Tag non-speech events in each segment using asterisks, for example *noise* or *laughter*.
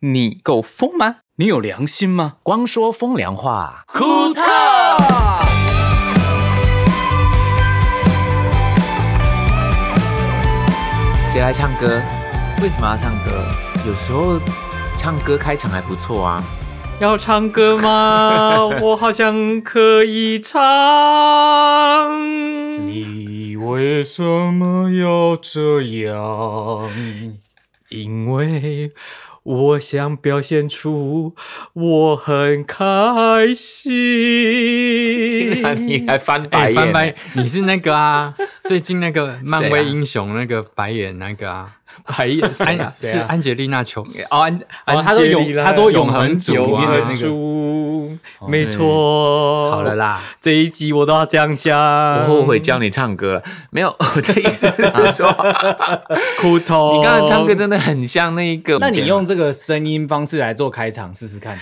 你够疯吗？你有良心吗？光说风凉话，库特。谁来唱歌？为什么要唱歌？有时候唱歌开场还不错啊。要唱歌 *laughs* 吗？我好像可以唱。你为什么要这样？因为我想表现出我很开 *laughs* 听了心。你还翻白哎、眼，翻白，你是那个啊？最近那个漫谁啊威英雄那个白眼那个啊，白眼谁安、啊？是谁啊？安吉丽娜琼，哦，安哎哦他说永他说永恒族永啊恒族，没哦错。好了，啦，这一集我都要这样讲。我后悔教你唱歌了。没有， *laughs* 我的意思是说，苦哦头。你刚才唱歌真的很像那一个。 *laughs* 那你用这个声音方式来做开场试试看。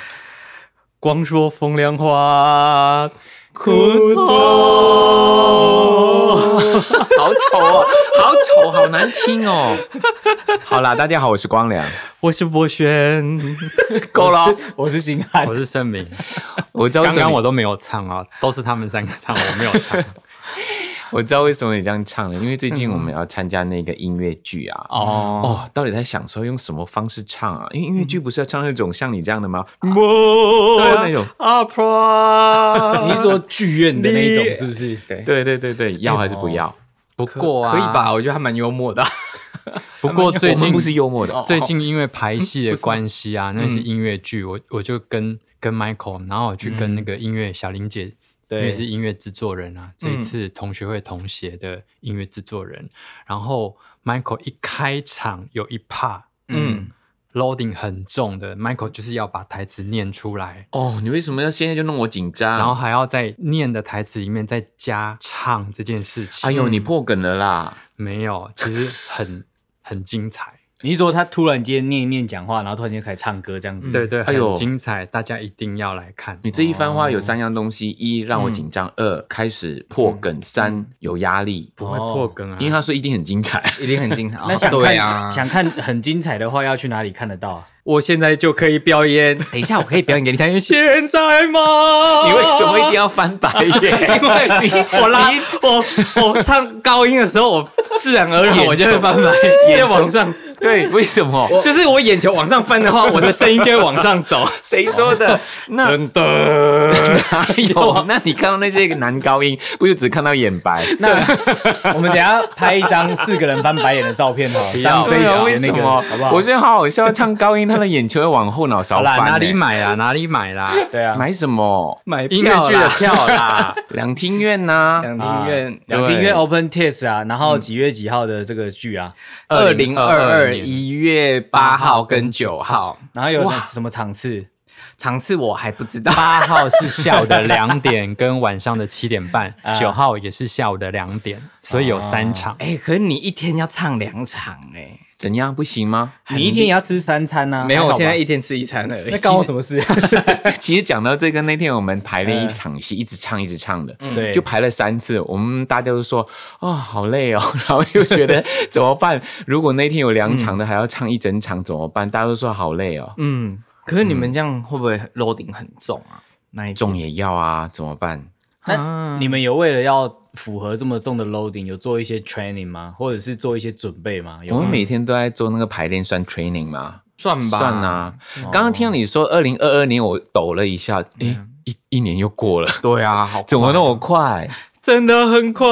光说风凉话，苦头。好丑哦，好丑，好难听哦。好啦，大家好，我是光良，我是博轩，够了哦。我是星汉我，是盛明。我知道为刚什刚么我你，都没有唱啊，都是他们三个唱，我没有唱。我知道为什么你这样唱了，因为最近我们要参加那个音乐剧啊。哦，哦，到底在想说用什么方式唱啊？因为音乐剧不是要唱那种像你这样的吗？啊我那种哦阿婆，你是说剧院的那一种你是不是？对，对对对对，要还是不要？不过啊，可以吧？？我觉得还蛮幽默的。不过最我们近不是幽默的，最哦近因为排戏的关系啊，那些音乐剧，我我就跟跟 Michael，然后我去跟那个音乐小玲姐，因对为是音乐制作人啊，嗯这一次同学会同协的音乐制作人，然后 Michael 一开场有一 part，嗯嗯。loading 很重的，Michael 就是要把台词念出来，哦，你为什么要现在就弄我紧张？然后，还要在念的台词里面再加唱这件事情。哎呦，嗯你破梗了啦！没有，其实很很精彩，你是说他突然间念一念讲话，然后突然间开始唱歌这样子？对对，哎呦很精彩，大家一定要来看。你这一番话有三样东西：一让我紧张，二开始破梗，三有压力。不会破梗啊，因为他说一定哦很精彩，一定很精 *laughs* 彩。那想看、对啊，想看很精彩的话，要去哪里看得到啊？我现在就可以表演， *laughs* 等一下我可以表演给你看。现在吗？你为什么一定要翻白 *laughs* 眼？因为你我拉我我唱高音的时候，我自然而然我就会翻 *laughs* 白，眼，要往上，对，为什么？就是我眼球往上翻的话，我的声音就会往上走。谁说的？那真 *laughs* 的，哪有？哦 *laughs* 那你看到那些男高音，不就只看到眼白？那我们等一下拍一张四个人翻白眼的照片哦，当这对啊，为一集什的那 *laughs* 个，么好不？好？我现在好好笑，唱高音，他的眼球会往后脑勺好啦，翻。哪里欸？买啦？哪里买啦？对啊，买什么？买音乐剧的票啦， *laughs* 两厅院呐？两啊厅院两厅对院 Open Test 啊，然后几月几号的这个剧啊，二零二2022二年一月八号跟九号，然后有什么场次？场次我还不知道。八号是下午的两点跟晚上的七点半啊，九号也是下午的两点，所以有三场。哎、可是你一天要唱两场哎、怎样不行吗？你一天也要吃三餐呐、啊？没有，还好我吧现在一天吃一餐而已。那关我什么事？ *laughs* 其实讲到这个，那天我们排了一场戏，一直唱一直唱的，嗯对就排了三次。我们大家都说啊、好累哦， *laughs* 然后又觉得怎么办？如果那天有两场的，还要唱一整场怎么办？大家都说好累哦，嗯，可是你们这样会不会 loading 很重啊？那一种重也要啊，怎么办？那你们有为了要符合这么重的 loading，有做一些 training 吗？或者是做一些准备吗？有我们吗？每天都在做那个排练算 training 吗？算嗯吧，算啊。刚刚听到你说二零二二年，我抖了一下，诶、一一年又过了， *laughs* 对啊，好怎么那么快？真的很快。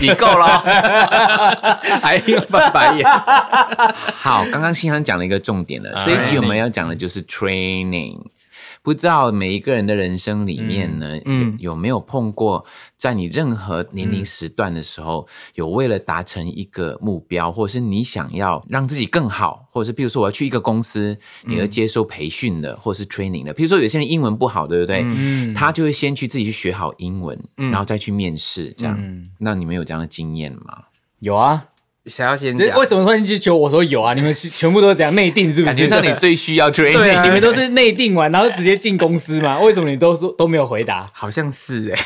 你够了。还有翻白眼？好，刚刚新航讲了一个重点了，这一集我们要讲的就是 training。不知道每一个人的人生里面呢，嗯嗯有有没有碰过，在你任何年龄时段的时候，有为了达成一个目标，或者是你想要让自己更好，或者是比如说我要去一个公司，你要接受培训的，或者是 training 的。比如说有些人英文不好，对不对？嗯他就会先去自己去学好英文，然后再去面试，这样。嗯那你们有这样的经验吗？有啊，谁要先这讲为？什么突然间求我说有啊？你们是全部都是这样内定是不是？感觉上你最需 *laughs* 要 training，对啊， *laughs* 你们都是内定完然后直接进公司嘛？为什么你都说都没有回答？好像是哎、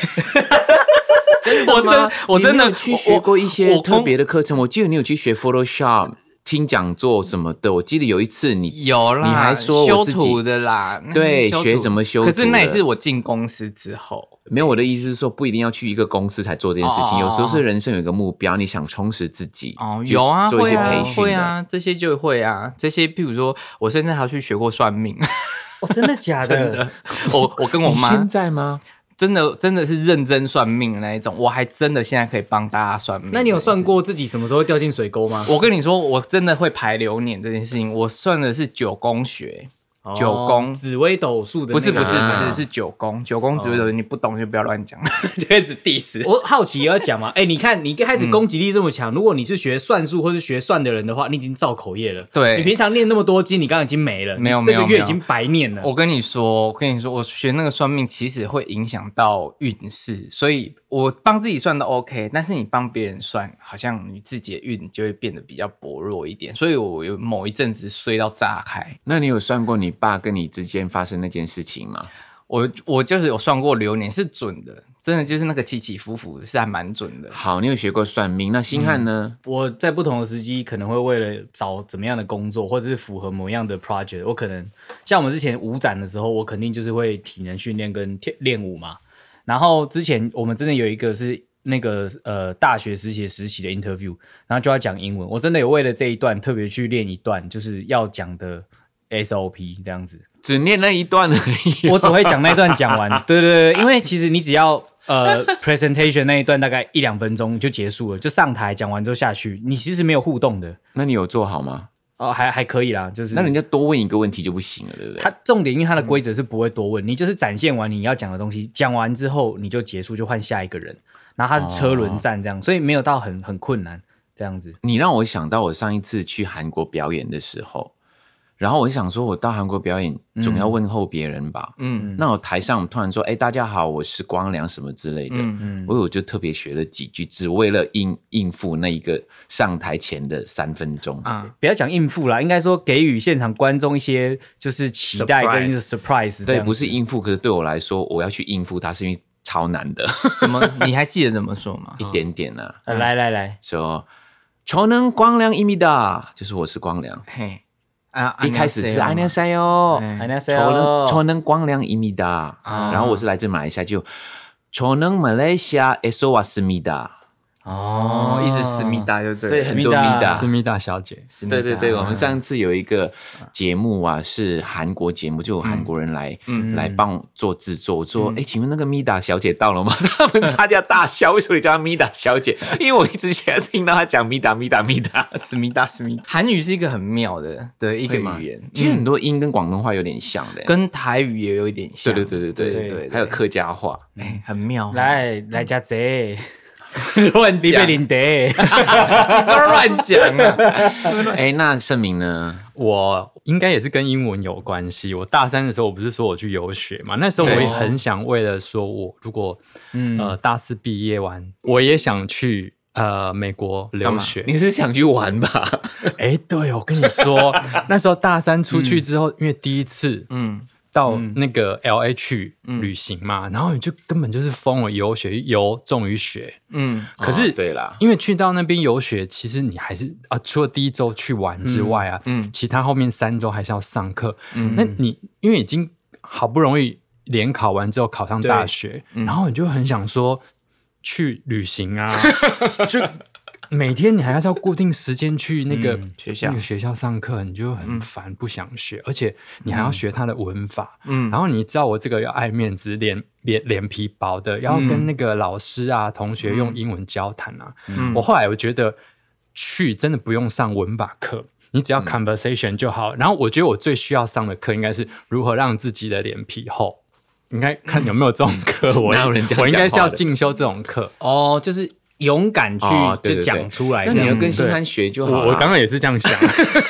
我真我真的去学过一些特别的课程。我记得你有去学 Photoshop，听讲座什么的。我记得有一次你有啦，你还说修我自己图的啦，*laughs* 那对 *laughs* 修图学怎么修图可的是那也是我进公司之后，没有我的意思是说，不一定要去一个公司才做这件事情，哦哦哦有时候是人生有一个目标，你想充实自己哦，去有啊，做一会些啊培训会的啊，这些就会啊，这些，譬如说，我甚至还要去学过算命， *laughs* 哦， *laughs* 真的假的？真的，我我跟我你妈现在吗？真的真的是认真算命的那一种，我还真的现在可以帮大家算命。那你有算？过自己什么时候掉进水沟吗？我跟你说，我真的会排流年这件事情，我算的是九宫学，哦九宫紫微斗数的那不个，是不是啊不是是九宫，九宫紫哦微斗数，你不懂就不要乱讲， *laughs* 就开始 diss。嗯我好奇也要讲嘛，哎、你看你一开始攻击力这么强，如果你是学算术或是学算的人的话，你已经造口业了。对你平常念那么多经，你刚刚已经没了，没有你这没个有月没已有经白念了。我跟你说，我跟你说，我学那个算命其实会影响到运势，所以我帮自己算的 OK，但是你帮别人算，好像你自己的运就会变得比较薄弱一点。所以我有某一阵子衰到炸开，那你有算过你爸跟你之间发生那件事情吗？我我就是有算过流年是准的，真的就是那个起起伏伏是还蛮准的。好，你有学过算命，那星汉嗯呢？我在不同的时机可能会为了找怎么样的工作，或者是符合某样的 project，我可能像我们之前舞展的时候，我肯定就是会体能训练跟跳练舞嘛。然后之前我们真的有一个是那个呃大学实习实习的 interview，然后就要讲英文，我真的有为了这一段特别去练一段，就是要讲的 SOP 这样子。只念那一段而 *laughs* 已。我只会讲那段讲完。对对对，因为其实你只要呃 presentation 那一段大概一两分钟就结束了，就上台讲完之后下去，你其实没有互动的。那你有做好吗？哦，还还可以啦，就是那人家多问一个问题就不行了，对不对？它重点，因为它的规则是不会多问，你就是展现完你要讲的东西，讲完之后你就结束，就换下一个人。然后它是车轮战这哦样，所以没有到很很困难这样子。你让我想到我上一次去韩国表演的时候，然后我就想说，我到韩国表演总要问候别人吧。嗯那我台上我突然说：“哎、大家好，我是光良什么之类的。嗯嗯我有就特别学了几句，只为了应应付那一个上台前的三分钟。啊，不要讲应付啦，应该说给予现场观众一些就是期待跟一个 surprise，这对，样子不是应付，可是对我来说，我要去应付它是因为超难的，怎么你还记得怎么说吗？ *laughs* 一点点啊。呃来来来，说求能光良一米的，就是我是光良。嘿啊，一开始是 안安녕하세요嘛尼塞哟，哎 안녕하세 求 요 能求能光良一米的，啊然后我是来自马来西亚，就求能马来西亚 S O 啊瓦斯米的。哦，一直思密达就对了，对很多密啊达思密达小姐，思密达对对对，我们上次有一个节目啊，是韩国节目，就有韩国人来、嗯来帮我做制作。我说，哎、请问那个米达小姐到了吗？ *laughs* 他们大家大笑，为什么你叫她米达小姐？因为我一直想听到她讲米达米达米达。思密达思密达，韩语是一个很妙的的一个会吗语言，其实很嗯多音跟广东话有点像的、跟台语也有一点对像，对对对对对对对，还有客家 *laughs* 话。对，哎，很妙，来来家 *laughs* 贼， *laughs* 乱你被讲，领得。不要乱讲啊， *laughs* 哎、那盛明呢？我应该也是跟英文有关系。我大三的时候，我不是说我去游学嘛？那时候我对也很想，为了说我如果、嗯呃大四毕业完，我也想去呃美国留学。你是想去玩吧？哎、对哦，我跟你 *laughs* 说，那时候大三出去之后，因为第一次嗯，到那个 L A 去嗯旅行嘛，然后你就根本就是疯了游学，游重于学。嗯 *laughs* 可是、哦对啦，因为去到那边游学，其实你还是啊，除了第一周去玩之外啊，嗯嗯其他后面三周还是要上课。嗯那你因为已经好不容易联考完之后考上大学，嗯然后你就很想说去旅行 *laughs* 啊，就每天你还是要固定时间去那个、嗯学校那个学校上课，你就很烦，不想学，而且你还要学他的文法。嗯，然后你知道我这个要爱面子、脸脸脸皮薄的，要跟那个老师啊、同学用英文交谈啊。嗯我后来我觉得去真的不用上文法课，你只要嗯 conversation 就好。然后我觉得我最需要上的课应该是如何让自己的脸皮厚。应该看有没有这种课， *laughs* 我哪有人这样我应该是讲话要的进修这种课。哦，就是勇敢去哦对就对对讲出来那这你要样跟子。新汉学就我好啦啊我刚刚也是这 *laughs* 样想，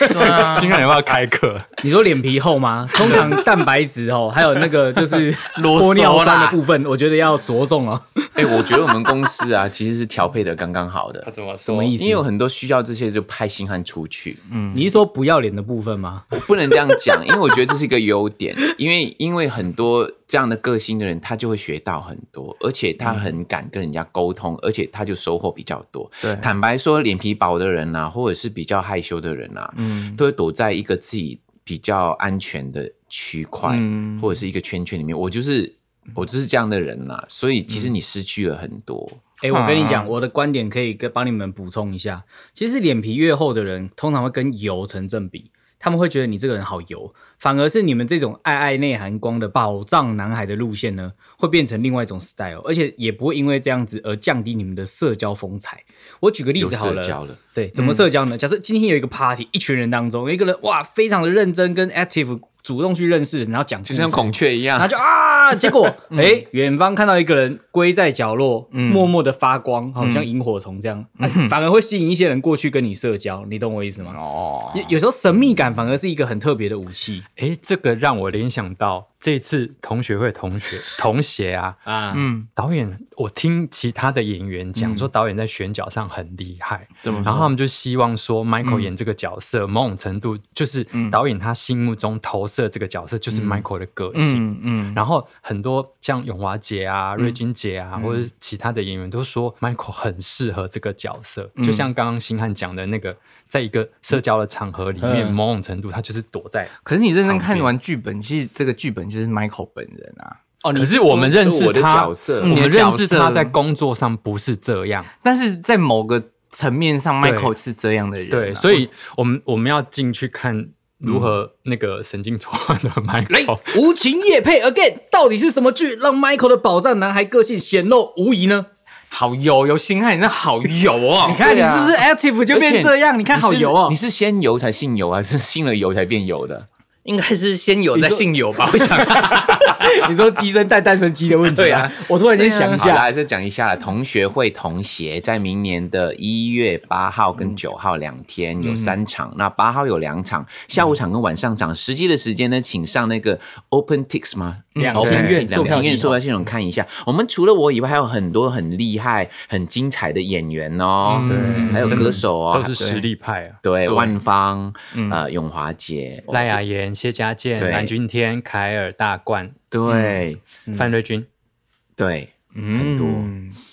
*laughs* 新汉有没有开课？你说脸皮厚吗？通常蛋白质哦，还有那个就是啰嗦啦玻尿酸的部分，我觉得要着重哦。哎、我觉得我们公司啊， *laughs* 其实是调配的刚刚好的。么什么意思因为有很多需要这些，就派星汉出去。你是说不要脸的部分吗？我不能这样讲，因为我觉得这是一个优点。 *laughs* 因为因为很多这样的个性的人，他就会学到很多，而且嗯他很敢跟人家沟通，而且他就收获比较多。对坦白说，脸皮薄的人呐、啊，或者是比较害羞的人呐、啊，嗯，都会躲在一个自己比较安全的区块，嗯或者是一个圈圈里面。我就是我就是这样的人呐、所以其实你失去了很多。哎、我跟你讲，啊我的观点可以跟帮你们补充一下。其实脸皮越厚的人，通常会跟油成正比，他们会觉得你这个人好油，反而是你们这种爱爱内涵光的宝藏男孩的路线呢，会变成另外一种 style，而且也不会因为这样子而降低你们的社交风采。我举个例有子好社了，交了，嗯对，怎么社交呢？假设今天有一个 party，一群人当中，有一个人哇，非常的认真跟 active，主动去认识人，然后讲故就事，像孔雀一样然后，就啊，结果哎，远方看到一个人归在角落，默默的发光，好像萤火虫这样，啊反而会吸引一些人过去跟你社交，你懂我意思吗？哦，有有时候神秘感反而是一个很特别的武器哎，这个让我联想到这次同学会 *laughs* 同学同学啊，啊，嗯，导演，我听其他的演员嗯讲说，导演在选角上很厉害，怎么然后说？他们就希望说，Michael 演这个角色，某种程度就是导演他心目中投射这个角色就是 Michael 的个性。嗯嗯，然后很多像永华姐啊、瑞君姐啊，或者其他的演员都说 Michael 很适合这个角色，就像刚刚星汉讲的那个，在一个社交的场合里面，嗯某种程度他就是躲在。可是你认真看完剧本，其实这个剧本就是 Michael 本人啊。哦，可你是我们认识我的他，角色我你的们角嗯认识色他在工作上不是这样，但是在某个层面上对，Michael 是这样的人啊。对，所以我嗯们我们要进去看如何那个神经错乱的来 Michael。无情夜配 again，到底是什么剧让 Michael 的宝藏男孩个性显露无疑呢？好油，有心汉，你那好油哦。 *laughs* 你看你对啊是不是 active 就变这样？你看好油哦你，是先油才信油，还是信了油才变油的？应该是先有再你说性有吧？我想，你说鸡生蛋，蛋生鸡的问题对啊，我突然间想一好啦，下，还是讲一下啦同学会同协在明年的一月八号跟九号两天有三场，那八号有两场，下午场跟晚上场。实际的时间呢，请上那个 OpenTix 吗？两 Open 厅院 Tix，售票两厅院系统售票系统看一下。我们除了我以外，还有很多很厉害、很精彩的演员哦，嗯还有歌手哦，都是实力派啊，对对万芳、呃永华姐、赖雅妍、谢家健、哦对蓝钧天、凯尔、大冠、对范瑞君，对。很多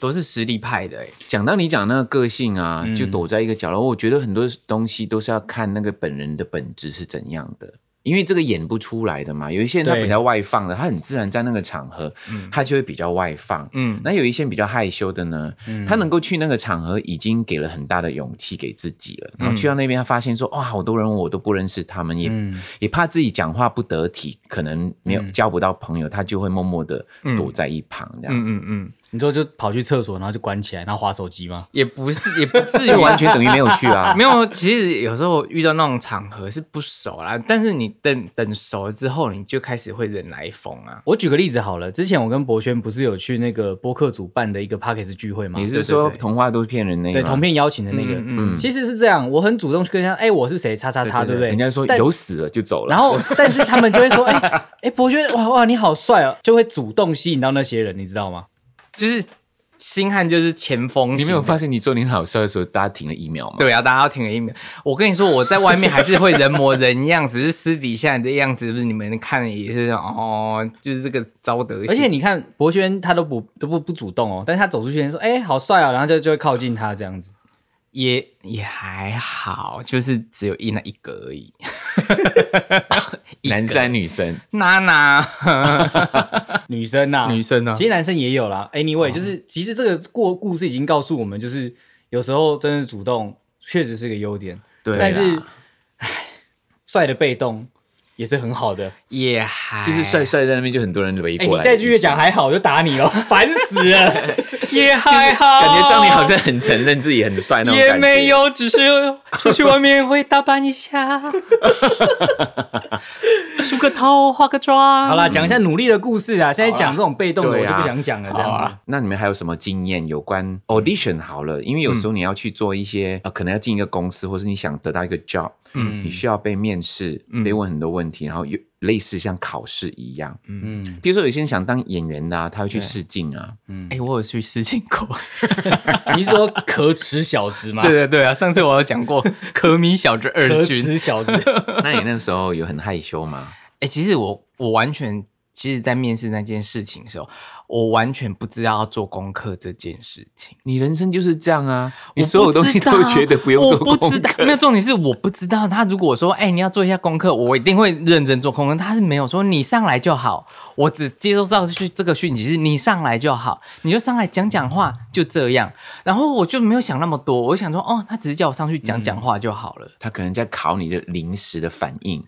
都是实力派的哎。讲到你讲那个个性啊，嗯就躲在一个角落，我觉得很多东西都是要看那个本人的本质是怎样的。因为这个演不出来的嘛，有一些人他对比较外放的，他很自然在那个场合，他就会比较外放。嗯那有一些比较害羞的呢，他能够去那个场合，已经给了很大的勇气给自己嗯了。然后去到那边，他发现说，哇，好多人我都不认识，他们也、嗯也怕自己讲话不得体，可能没有、交不到朋友，他就会默默的躲在一旁这样。嗯嗯嗯，你说就跑去厕所，然后就关起来，然后划手机吗？也不是， *laughs* 也不至于，这完全等于没有去啊 *laughs* 没有，其实有时候遇到那种场合是不熟啦，但是你等等熟了之后，你就开始会人来疯啊。我举个例子好了，之前我跟博轩不是有去那个播客组办的一个 p a c k a g e 聚会吗？你对是对说对童话都是骗人那个对吗？同片邀请的那个，嗯嗯其实是这样，我很主动去跟人家，哎、我是谁，叉叉叉，对对对对不对？人家说但有死了就走了，然后，但是他们就会说，哎、哎，博轩，哇哇，你好帅哦，就会主动吸引到那些人，你知道吗？就是星汉就是前锋型的，你没有发现你做你好笑的时候，大家停了一秒吗？， *laughs* 对啊，大家要听个音。我跟你说，我在外面还是会人模人样， *laughs* 只是私底下的样子，不是你们看了也是哦，就是这个招德而且性。你看博轩他都不都不不主动哦，但是他走出去人说，哎、好帅哦，然后就就会靠近他这样子。也也还好，就是只有一那一个而已。 *laughs* 男生女生，娜 *laughs* 娜，女 *laughs* 生呐、女啊生呢其实男生也有啦。Anyway，、就是哦其实这个过故事已经告诉我们，就是有时候真的主动确实是个优点，对啦但是，唉帅的被动也是很好的。也还就是帅帅在那边就很多人围哎、过你来，再继续 *laughs* 讲还好，我就打你哦，烦死了。也还好，感觉上你好像很承认自己很帅那种感觉，有，只是出去外面会打扮一下。梳个头，化个妆。好啦，讲一下努力的故事啊。现在讲这种被动的，对我啊就不想讲了。这样子，那你们还有什么经验有关 audition 好了？因为有时候你要去做一些、呃，可能要进一个公司，或是你想得到一个 job，嗯你需要被面试，被问很多问题，然后有类似像考试一样。嗯比如说，有些人想当演员的、啊，他会去试镜 *laughs* 啊。嗯哎、，我有去试镜过。你是说可耻小子吗？对，对对啊，上次我有讲 *laughs* 过可米小子二可军。耻小子。那你那时候有很害羞吗？哎、其实我我完全，其实，在面试那件事情的时候，我完全不知道要做功课这件事情。你人生就是这样啊，你我所有不东知西都道觉得不用做我功不知课。道，没有重点是我不知道。他如果说，哎、你要做一下功课，我一定会认真做功课。他是没有说你上来就好，我只接收到是这个讯息是你上来就好，你就上来讲讲话，就这样。然后我就没有想那么多，我就想说，哦，他只是叫我上去讲讲话就好了。他可能在考你的临时的反应，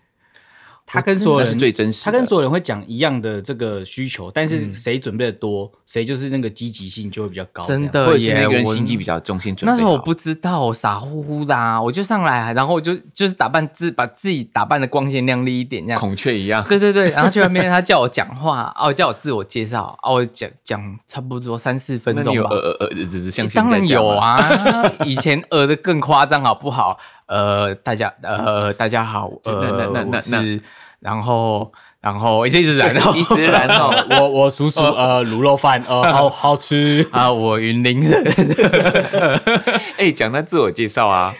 他跟所有那人是最真实的。他跟所有人会讲一样的这个需求，但是谁准备的多，谁就是那个积极性就会比较高。真这样，或的者是耶，那个人我心机比较重，先准备那时候呃我好不知道，我傻乎乎的、啊，我就上来，然后我就就是打扮自把自己打扮的光鲜亮丽一点这样。孔雀一样。对对对，然后去外面他叫我讲话， *laughs* 哦，叫我自我介绍，哦，我讲讲差不多三四分那你钟有吧呃。呃呃，只是像现当在然这样有吗，啊， *laughs* 以前呃的更夸张好不好？呃，大家呃大家好，那呃那那那我是，然后然后一直一直然 *laughs* *laughs* 后，一直然后我我叔叔呃卤肉饭呃好好吃 *laughs* 啊，我云林 *laughs* 人，哎，讲到自我介绍 *laughs* 啊，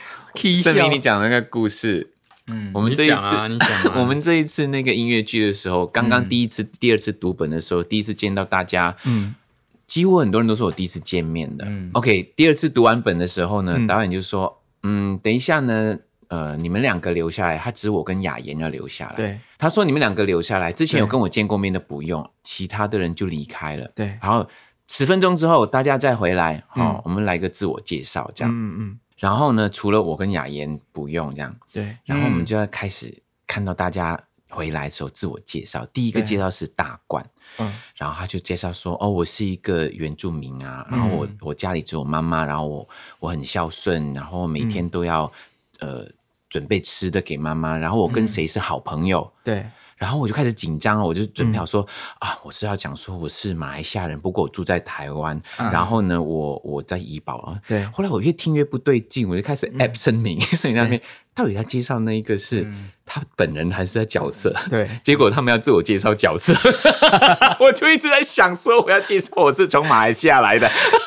证明你讲讲的那个故事，嗯，我们这一你讲啊你讲次啊， *laughs* 我们这一次那个音乐剧的时候，刚嗯刚第一次、第二次读本的时候，第一次见到大家，嗯。几乎很多人都是我第一次见面的。OK，第二嗯次读完本的时候呢，导演就说：“嗯，等一下呢，呃，你们两个留下来，他只有我跟雅妍要留下来。对他说你们两个留下来，之前有对跟我见过面的不用，其他的人就离开了。对，然后十分钟之后大家再回来，好、嗯我们来个自我介绍这样。嗯嗯然后呢，除了我跟雅妍不用这样，对，然后我们就要开始看到大家回来的时候自我介绍。第一个对介绍是大冠，嗯然后他就介绍说：“哦，我是一个原住民啊，然后我、我家里只有妈妈，然后我我很孝顺，然后每天都要、呃准备吃的给妈妈，然后我跟谁是好朋友。对然后我就开始紧张了，我就嗯准备好说、啊，我是要讲说我是马来西亚人，不过我住在台湾，嗯然后呢，我我在怡保啊。对嗯后来我越听越不对劲，我就开始 app 声明，所以那边到底他介绍那一个是嗯他本人还是他角色？ *laughs* 对结果他们要自我介绍角色， *laughs* 我就一直在想说我要介绍我是从马来西亚来的，嗯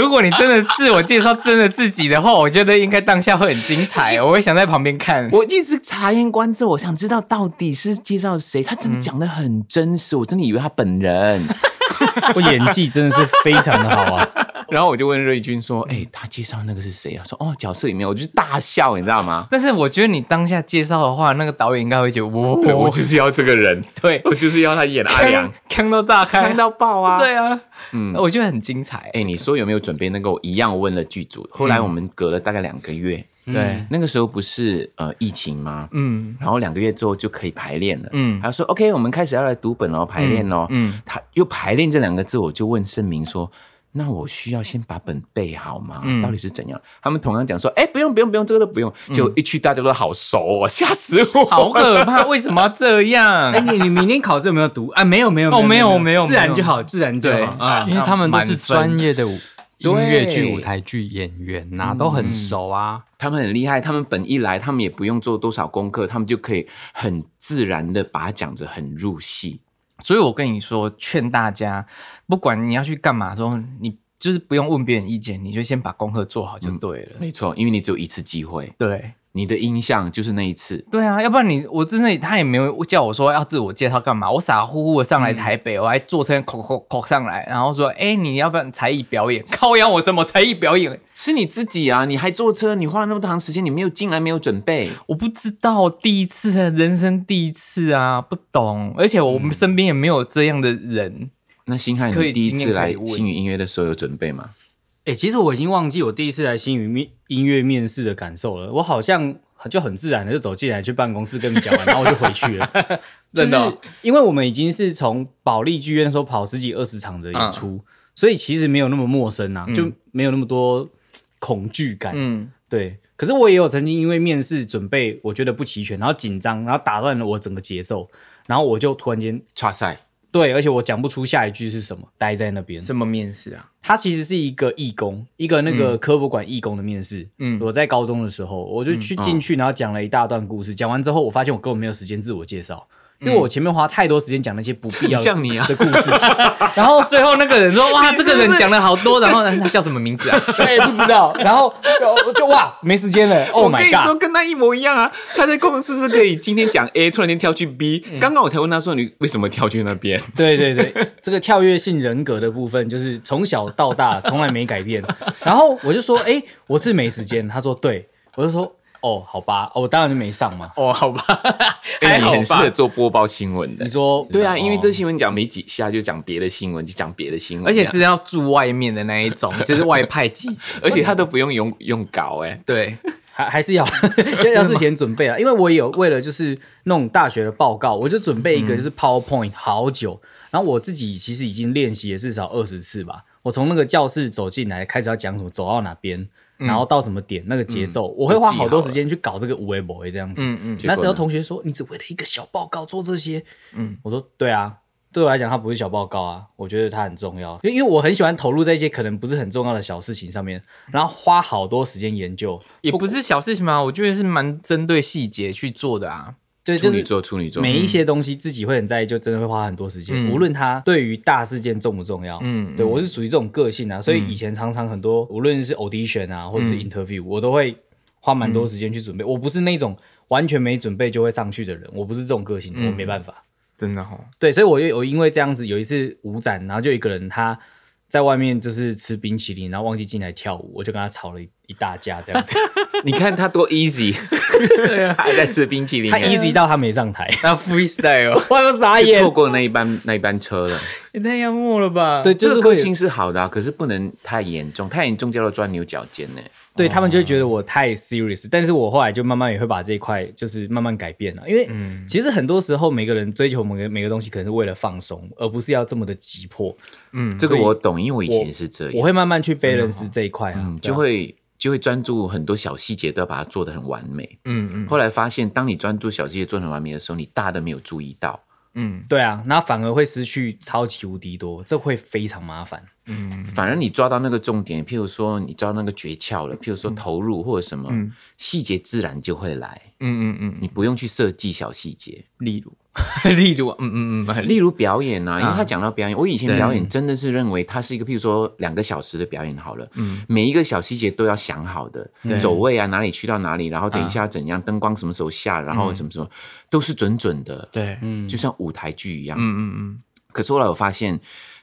如果你真的自我介绍真的自己的话，我觉得应该当下会很 *laughs* 精彩，我会想在旁边看。我一直察言观色，我想知道到底是介绍谁，他嗯真的讲的很真实，我真的以为他本人。我演技真的是非常的好啊。然后我就问瑞君说：“哎、他介绍那个是谁啊？”说：“哦，角色里面。”我就大笑，你知道吗？但是我觉得你当下介绍的话，那个导演应该会觉得，哇，对，我就是要这个 *laughs* 人，对，我就是要他演阿良看，看到大开，看到爆啊！对啊，嗯，我觉得很精 *laughs* 彩。哎、你说有没有准备那个？我一样问了剧组。后来我们隔了大概两个月，对，那个时候不是呃疫情吗？嗯然后两个月之后就可以排练了。嗯他说 OK，我们开始要来读本喽，排练哦喽。嗯，他又排练这两个字，我就问盛明说：“那我需要先把本背好吗？嗯到底是怎样？”他们同样讲说：“哎、不用不用不用，这个都不用。”就一去大家都好熟哦，吓死我！好可怕，为什么要这样 *laughs* 哎，？你你明天考试有没有读啊？没有没有哦没有没有自然就好，自然就对好啊因。为他们都是满分专业的舞音乐剧、 *laughs* 对嗯舞台剧演员呐、都很熟啊。他们很厉害，他们本一来，他们也不用做多少功课，他们就可以很自然的把它讲着很入戏。所以我跟你说，劝大家，不管你要去干嘛的时候，你就是不用问别人意见，你就先把功课做好嗯就对了。没错，因为你只有一次机会，对。你的印象就是那一次。对啊，要不然你我真的他也没有叫我说要自我介绍干嘛，我傻乎乎的上来台北，我还坐车口口口上来，然后说，哎、你要不然才艺表演？靠腰我什么才艺表演？是你自己啊！你还坐车，你花了那么长时间，你没有进来，没有准备。我不知道，第一次啊，人生第一次啊，不懂，而且我们身边也没有这样的人。那星汉，可你以第一今天次可来以问星宇音乐的时候有准备吗？哎，其实我已经忘记我第一次来新宇面音乐面试的感受了，我好像就很自然的就走进来去办公室跟你们讲完，然后我就回去了。 *laughs* 真的哦就是因为我们已经是从保利剧院那时候跑十几二十场的演出，嗯所以其实没有那么陌生啊，就没有那么多嘖恐惧感。嗯，对，可是我也有曾经因为面试准备我觉得不齐全，然后紧张，然后打乱了我整个节奏，然后我就突然间差赛对，而且我讲不出下一句是什么，待在那边。什么面试啊？它其实是一个义工，一个那嗯个科博馆义工的面试。嗯我在高中的时候，我就去嗯进去，然后讲了一大段故事。讲完之后，我发现我根本没有时间自我介绍，因为我前面花太多时间讲那些不必要的嗯像你啊的故 *laughs* 事。然后最后那个人 *laughs* 说：“哇，这个人讲的好多。”然后呢，那他叫什么名字 *laughs* 啊？对，不知道。然后就就哇，没时间了。Oh 我跟 my 你说 god！跟他一模一样啊！他在公司是可以今天讲 A，突然间跳去 B。刚刚我才问他说你为什么跳去那边？对对对，这个跳跃性人格的部分，就是从小到大从来没改变。然后我就说：“哎，我是没时间。”他说：“对。”我就说：“哦，好吧，哦，我当然就没上嘛。”哦，好吧，哎，还你好很适合吧。做播报新闻的你。说对啊，因为这些新闻讲没几下就讲别的新闻，就讲别的新闻，而且是要住外面的那一种，就是外派记者。而且他都不用用用稿哎、 *laughs* 对，还还是要要要事前准备啊，因为我也有为了就是那种大学的报告，我就准备一个就是 PowerPoint 好久，然后我自己其实已经练习了至少二十次吧。我从那个教室走进来，开始要讲什么，走到哪边，然后到什么点，那个节奏，我会花好多时间去搞这个五 A 博 A 这样子。嗯嗯结果那呢时候同学说你只为了一个小报告做这些，嗯，我说对啊，对我来讲它不是小报告啊，我觉得它很重要，因为因为我很喜欢投入在一些可能不是很重要的小事情上面，然后花好多时间研究，也不是小事情嘛，我觉得是蛮针对细节去做的啊。对，处就女是座，处女座，每一些东西自己会很在意，就真的会花很多时间，嗯无论它对于大事件重不重要，嗯对我是属于这种个性啊，所以以前常常很多无论是 audition 啊，或者是嗯 interview，、我都会花蛮多时间去准备，我不是那种完全没准备就会上去的人，我不是这种个性，我没办法。嗯真的哦，对，所以我又有因为这样子，有一次舞展，然后就有一个人他在外面就是吃冰淇淋，然后忘记进来跳舞，我就跟他吵了一一大架，这 *laughs* 样子，你看他多 easy，他还在吃冰淇淋他哎、 easy 到他没上 *laughs* 台，那 freestyle 哦我傻就眼错，过那一班那一班车了。 *laughs* 也太幽默了吧？对，就是这个会个性是好的、啊，可是不能太严重，太严重叫做钻牛角尖呢、对他哦们就会觉得我太 serious，但是我后来就慢慢也会把这一块就是慢慢改变了，因为嗯其实很多时候每个人追求每个每个东西，可能是为了放松，而不是要这么的急迫。这个我懂，因为我以前是这我样，会慢慢去 balance 这一块啊嗯，，就会就会专注很多小细节，都要把它做得很完美。嗯嗯后来发现，当你专注小细节做得很完美的时候，你大的没有注意到。嗯对啊，那反而会失去超级无敌多，这会非常麻烦。嗯，反而你抓到那个重点，譬如说你抓到那个诀窍了，譬如说投入或者什么，嗯细节自然就会来，嗯嗯你嗯，不用去设计小细节。例如， *laughs* 例如，嗯嗯嗯，例如表演啊，因为他讲到表演，我以前对表演真的是认为它是一个，譬如说两个小时的表演好了，嗯每一个小细节都要想好的，对啊走位啊，哪里去到哪里，然后等一下怎样，灯光什么时候下，然后什么什么，都是准准的，嗯对，嗯就像舞台剧一样。嗯嗯可是后来我发现，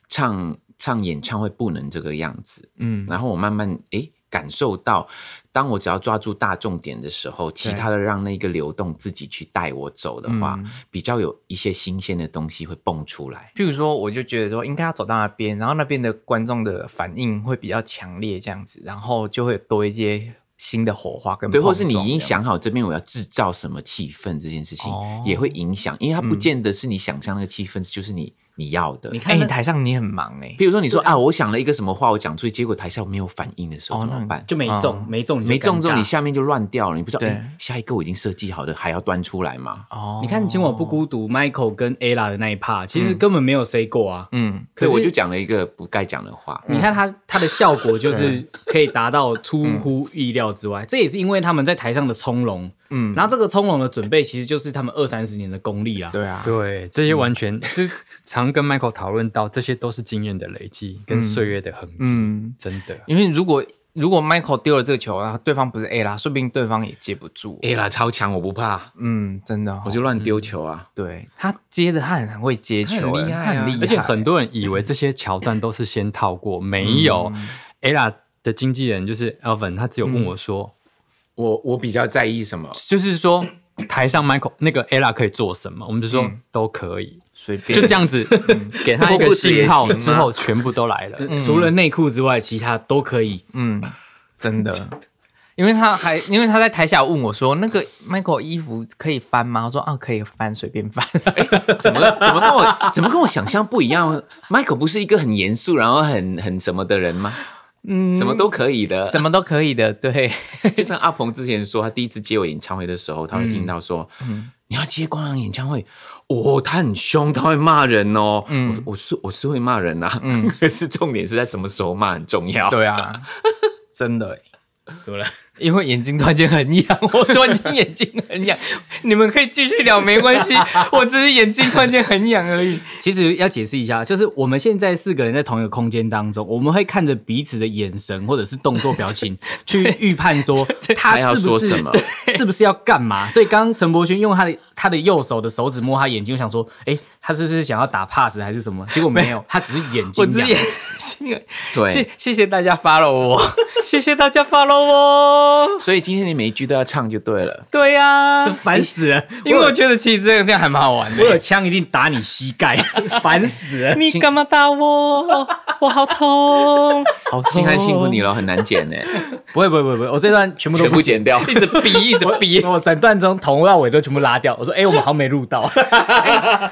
唱唱演唱会不能这个样子，嗯然后我慢慢诶感受到，当我只要抓住大重点的时候，其他的让那个流动自己去带我走的话，嗯比较有一些新鲜的东西会蹦出来。譬如说，我就觉得说应该要走到那边，然后那边的观众的反应会比较强烈，这样子，然后就会多一些新的火花跟对，或碰是你撞已经这样想好这边我要制造什么气氛这件事情，哦也会影响，因为它不见得是你想象那个气氛就是你你要的。哎、你台上你很忙哎、比如说你说啊，我想了一个什么话，我讲出去，结果台下没有反应的时候哦怎那么很办？就没中嗯，没中你就没中尴之后，尬你下面就乱掉了，你不知道对哎，下一个我已经设计好的，还要端出来嘛？哦你看《今晚不，孤独》，Michael 跟 Ella 的那一 part，其嗯实根本没有 say 过啊。嗯，对，可是我就讲了一个不该讲的话。你看嗯他他的效果 *laughs* 就是可以达到出乎意料之外，这也是因为他们在台上的从容，嗯，然后这个从容的准备其实就是他们二三十年的功力啊。对啊，对，这些完嗯全就是常跟 Michael 讨论到，这些都是经验的累积跟岁月的痕迹，嗯真的。因为如果如果 Michael 丢了这个球，然后对方不是 A 啦，说不定对方也接不住。哎啦，超强，我不怕，嗯，真的哦、我就乱丢球啊。对他接的，他很很会接球欸，他很厉害啊他很厉害而且很多人以为这些桥段都是先套过，没有。Ella 嗯的经纪人就是 Elvin，他只有问我说，我我比较在意什么？就是说台 *coughs* 上 Michael 那个 Ella 可以做什么，我们就说嗯都可以，随便就这，样子嗯给他一个信号啊之后，全部都来了。除了内裤之外，其他都可以。嗯，真的。因为他还，因为他在台下问我说：“那个 Michael 衣服可以翻吗？”我说：“啊，可以翻，随便翻。 *laughs* 怎么怎么跟我怎么跟我想象不一样？Michael 不是一个很严肃，然后很很什么的人吗？”嗯什么都可以的，什么都可以的， *laughs* 对， *laughs* 就像阿鹏之前说，他第一次接我演唱会的时候，他会听到说：“嗯你要接光良演唱会，哦，他很凶，他会骂人哦。嗯我”我是我是会骂人啊，嗯 *laughs* 可是重点是在什么时候骂很重要。，对啊，真的欸。怎么了？因为眼睛突然间很痒， *laughs* 我突然间眼睛很痒，你们可以继续聊，没关系，我只是眼睛突然间很痒而已。其实要解释一下，就是我们现在四个人在同一个空间当中，我们会看着彼此的眼神或者是动作表 *laughs* 情去预判 *laughs* 说他要他是不说是什么 *laughs* 是不是要干嘛。所以刚刚陈柏勋用他的他的右手的手指摸他眼睛，我想说，哎，他是不是想要打 pass 还是什么？结果没有，他只是眼睛我只是痒眼睛而已，对谢谢谢大家 follow 我， *laughs* 谢谢大家 follow 我。 *laughs* 所以今天你每一句都要唱就对了。对呀、 *laughs* *laughs* 烦死了，因为我觉得其实这样这样还蛮好玩的。我有枪一定打你膝盖， *laughs* 烦死 *laughs* 了。你干嘛打我？ *laughs* 我好痛！好，心汉辛苦你了，很难剪呢，不会不会不会不会，我这段全部都全不部剪掉。一直逼，一 *laughs* 直逼。 *laughs* 我整段从头到尾都全部拉掉。我说，哎、 *laughs* 我们好像没录到。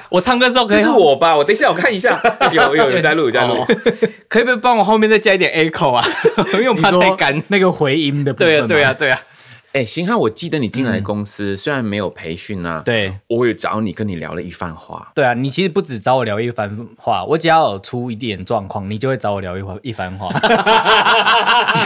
我唱歌的时候可这以是我吧？我等一下我看一下， *laughs* 有有有在录有在录哦。可以不可以帮我后面再加一点 echo 啊？ *laughs* 因为我你怕说太干。那个回音的部分对吗啊，对啊，， *laughs* 对啊。哎，星汉，我记得你进来公司虽然没有培训啊，，对我有找你跟你聊了一番话。对啊，你其实不止找我聊一番话，我只要有出一点状况，你就会找我聊一番一番话。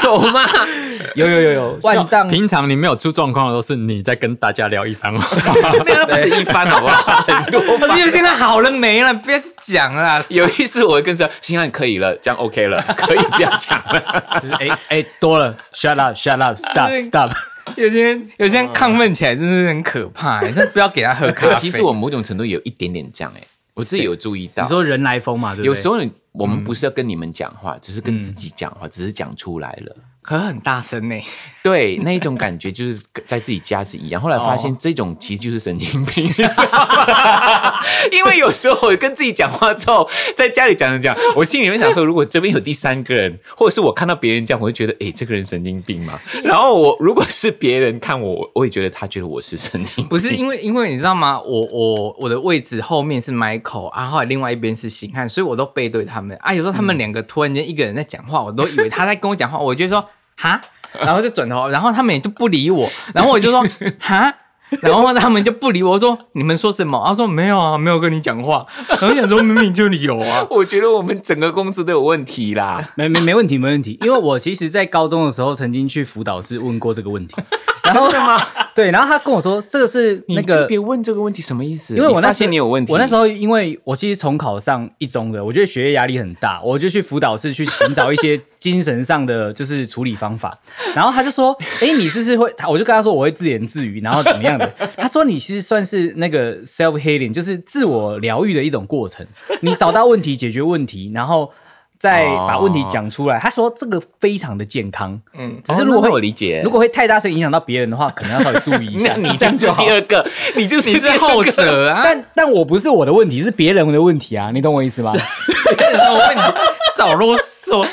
有 *laughs* 吗？ *laughs* 有有有有，万丈平常你没有出状况的都是你在跟大家聊一番话，没有，不是一 *laughs* 番好不好？很多不是，现在好了没了，不要再讲了啦。 *laughs* 有一次我会跟上，星汉可以了，这样 OK 了，可以不要讲了。 *laughs* 就是哎哎多了，shut up，shut up，stop *laughs* stop。 *laughs* 有些人有些人亢奋起来真的是很可怕、欸，真的不要给他喝咖啡。哦 *laughs* 其实我某种程度有一点点这样哎、我自己有注意到。你说人来疯嘛，对不对？嗯有时候你我们不是要跟你们讲话，只是跟自己讲话，只是讲出来了。可是很大声呢、欸对，那一种感觉就是在自己家是哦一样。后来发现这种其实就是神经病，你知道吗？ *laughs* 因为有时候我跟自己讲话之后，在家里讲着讲，我心里面想说，如果这边有第三个人，或者是我看到别人这样，我会觉得，诶，欸这个人神经病嘛。嗯然后我如果是别人看我，我我也觉得他欸觉得我是神经病。不是因为因为你知道吗？我我我的位置后面是 Michael 啊，后来另外一边是星汉，所以我都背对他们啊。有时候嗯他们两个突然间一个人在讲话，我都以为他在跟我讲话，我就说哈，然后就转头，然后他们也就不理我，然后我就说哈。然后他们就不理我，我说你们说什么？他说没有啊，没有跟你讲话。然后想说明明就你有啊，我觉得我们整个公司都有问题啦。没没没问题，没问题。因为我其实，在高中的时候曾经去辅导室问过这个 *laughs* 问题，然后吗？ *laughs* 对，然后他跟我说，这个是那你个就别问这个问题什么意思？因为我那发时现你有问题，我那时候因为我其实重考上一中的，我觉得学业压力很大，我就去辅导室去寻找一 *laughs* 些精神上的就是处理方法。然后他就说：“哎、你是不是会？”他我就跟他说我会自言自语，然后怎么样的？他说你其实算是那个 self healing，就是自我疗愈的一种过程。你找到问题，解决问题，然后。再把问题讲出来，他说这个非常的健康，嗯，只是如果哦那会、我理解如果会太大声影响到别人的话，可能要稍微注意一下。 *laughs* 那你这样就是就好第二个，你 *laughs* 就是你第是二个 *laughs* 后者 *laughs* 啊。但但我不是我的问题，是别人的问题啊，你懂我意思吗？我问你，少啰嗦。